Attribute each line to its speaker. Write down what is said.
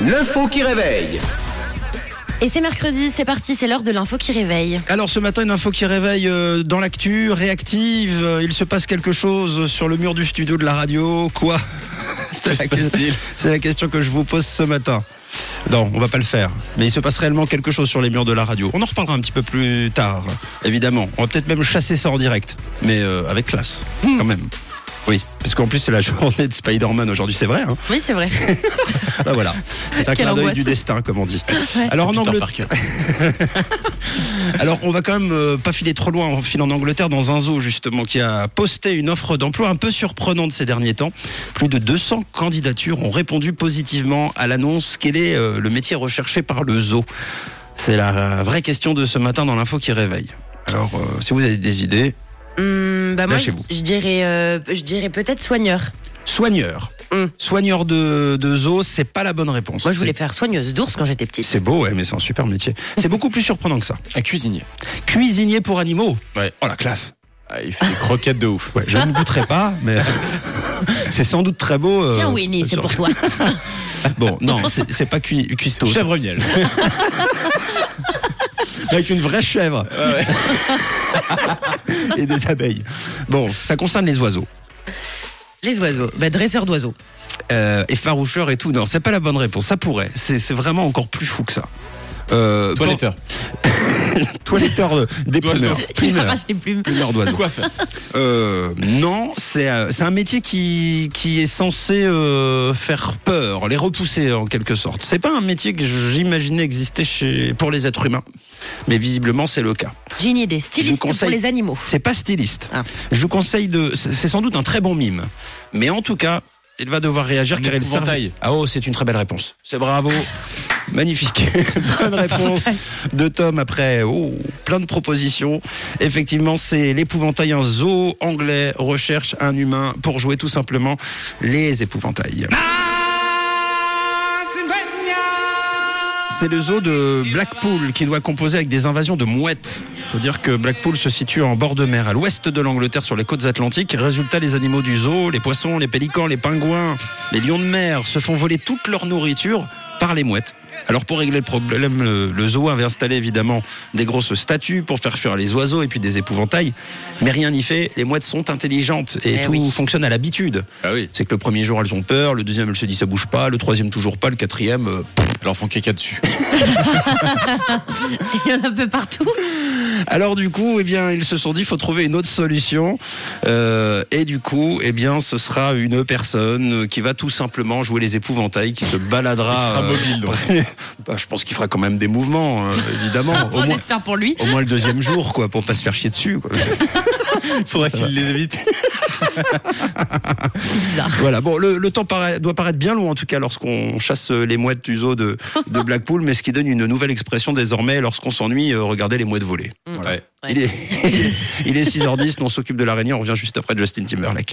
Speaker 1: L'info qui réveille.
Speaker 2: Et c'est mercredi, c'est parti, c'est l'heure de l'info qui réveille.
Speaker 3: Alors ce matin, une info qui réveille euh, dans l'actu, réactive. euh, Il se passe quelque chose sur le mur du studio de la radio. Quoi C'est la, question- c'est la question que je vous pose ce matin. Non, on va pas le faire. Mais il se passe réellement quelque chose sur les murs de la radio. On en reparlera un petit peu plus tard, évidemment. On va peut-être même chasser ça en direct, mais euh, avec classe, quand même. Oui, parce qu'en plus c'est la journée de Spider-Man aujourd'hui, c'est vrai. Hein
Speaker 2: Oui, c'est vrai.
Speaker 3: bah voilà, c'est un
Speaker 2: Quelle
Speaker 3: clin d'œil
Speaker 2: angoisse.
Speaker 3: du destin, comme on dit. Alors en Angleterre, Alors, on va quand même euh, pas filer trop loin. On file en Angleterre dans un zoo, justement, qui a posté une offre d'emploi un peu surprenante ces derniers temps. Plus de 200 candidatures ont répondu positivement à l'annonce. Quel est euh, le métier recherché par le zoo C'est la vraie question de ce matin dans l'info qui réveille. Alors, euh, si vous avez des idées,
Speaker 2: Hum, bah moi, je,
Speaker 3: Lâchez-vous.
Speaker 2: je dirais, euh, je dirais peut-être soigneur.
Speaker 3: soigneur.
Speaker 2: Mm.
Speaker 3: Soigneur de, de zoo, c'est pas la bonne réponse.
Speaker 2: Moi, je voulais faire soigneuse d'ours quand j'étais petite.
Speaker 3: C'est beau, ouais, mais c'est un super métier. C'est beaucoup plus surprenant que ça.
Speaker 4: Un cuisinier.
Speaker 3: Cuisinier pour animaux.
Speaker 4: Ouais.
Speaker 3: Oh la classe.
Speaker 4: Ah, il fait des croquettes de ouf.
Speaker 3: Ouais, je ne goûterai pas, mais c'est sans doute très beau. euh,
Speaker 2: Tiens, Winnie, c'est
Speaker 3: sur-
Speaker 2: pour toi.
Speaker 3: Bon, non, c'est c'est pas cui- cuistot.
Speaker 4: Chèvre miel.
Speaker 3: Avec une vraie chèvre.
Speaker 4: Ah
Speaker 3: Et des abeilles. Bon, ça concerne les oiseaux.
Speaker 2: Les oiseaux, bah, dresseur d'oiseaux.
Speaker 3: Euh, et faroucheur et tout. Non, c'est pas la bonne réponse. Ça pourrait. C'est c'est vraiment encore plus fou que ça. Euh,
Speaker 4: Toiletteur.
Speaker 3: pan- Toiletteur euh, des
Speaker 4: D'oiseaux.
Speaker 3: plumeurs.
Speaker 2: Il
Speaker 3: Plumeurs.
Speaker 2: arrache les plumes.
Speaker 3: Plumeurs d'oiseaux.
Speaker 4: Coiffeur.
Speaker 3: Euh, non, c'est euh, c'est un métier qui, qui est censé euh, faire peur, les repousser en quelque sorte. C'est pas un métier que j'imaginais exister chez, pour les êtres humains, mais visiblement c'est le cas.
Speaker 2: J'ai une idée,
Speaker 3: Je
Speaker 2: styliste
Speaker 3: vous conseille-
Speaker 2: pour les animaux.
Speaker 3: C'est pas styliste.
Speaker 2: Ah.
Speaker 3: Je vous conseille de. C'est c'est sans doute un très bon mime, mais en tout cas, il va devoir réagir
Speaker 4: Un
Speaker 3: car il sert.
Speaker 4: épouvantail.
Speaker 3: Ah oh, c'est une très belle réponse. C'est bravo. Magnifique. Bonne réponse de Tom après oh, plein de propositions. Effectivement, c'est l'épouvantail. Un zoo anglais recherche un humain pour jouer tout simplement les épouvantails. C'est le zoo de Blackpool qui doit composer avec des invasions de mouettes. Faut dire que Blackpool se situe en bord de mer, à l'ouest de l'Angleterre, sur les côtes atlantiques. Résultat, les animaux du zoo, les poissons, les pélicans, les pingouins, les lions de mer se font voler toute leur nourriture par les mouettes. Alors pour régler le problème, le, le zoo avait installé évidemment des grosses statues pour faire fuir les oiseaux et puis des épouvantails. Mais rien n'y fait, les mouettes sont intelligentes et
Speaker 2: Eh
Speaker 3: tout
Speaker 2: oui.
Speaker 3: fonctionne à l'habitude.
Speaker 4: Ah oui.
Speaker 3: C'est que le premier jour elles ont peur, le deuxième elles se disent ça bouge pas, le troisième toujours pas, le quatrième... euh,
Speaker 4: Alors font caca dessus.
Speaker 2: Il y en a un peu partout.
Speaker 3: Alors du coup, eh bien, ils se sont dit, faut trouver une autre solution. Euh, et du coup, eh bien, ce sera une personne qui va tout simplement jouer les épouvantails, qui se baladera.
Speaker 4: Il sera
Speaker 3: euh,
Speaker 4: mobile, donc.
Speaker 3: après- Bah, je pense qu'il fera quand même des mouvements, euh, évidemment. au,
Speaker 2: On
Speaker 3: moins,
Speaker 2: espère pour lui.
Speaker 3: au moins le deuxième jour, quoi, pour pas se faire chier dessus. Quoi.
Speaker 4: Faudrait
Speaker 3: Ça va.
Speaker 4: les évite.
Speaker 2: Bizarre.
Speaker 3: Voilà. Bon, le, le temps paraît- doit paraître bien long, en tout cas, lorsqu'on chasse euh, les mouettes du zoo de, de Blackpool, mais ce qui donne une nouvelle expression désormais lorsqu'on s'ennuie, euh, regardez les mouettes voler. Voilà.
Speaker 4: Ouais.
Speaker 3: Il est, il est 6h10, nous on s'occupe de l'araignée, on revient juste après Justin Timberlake.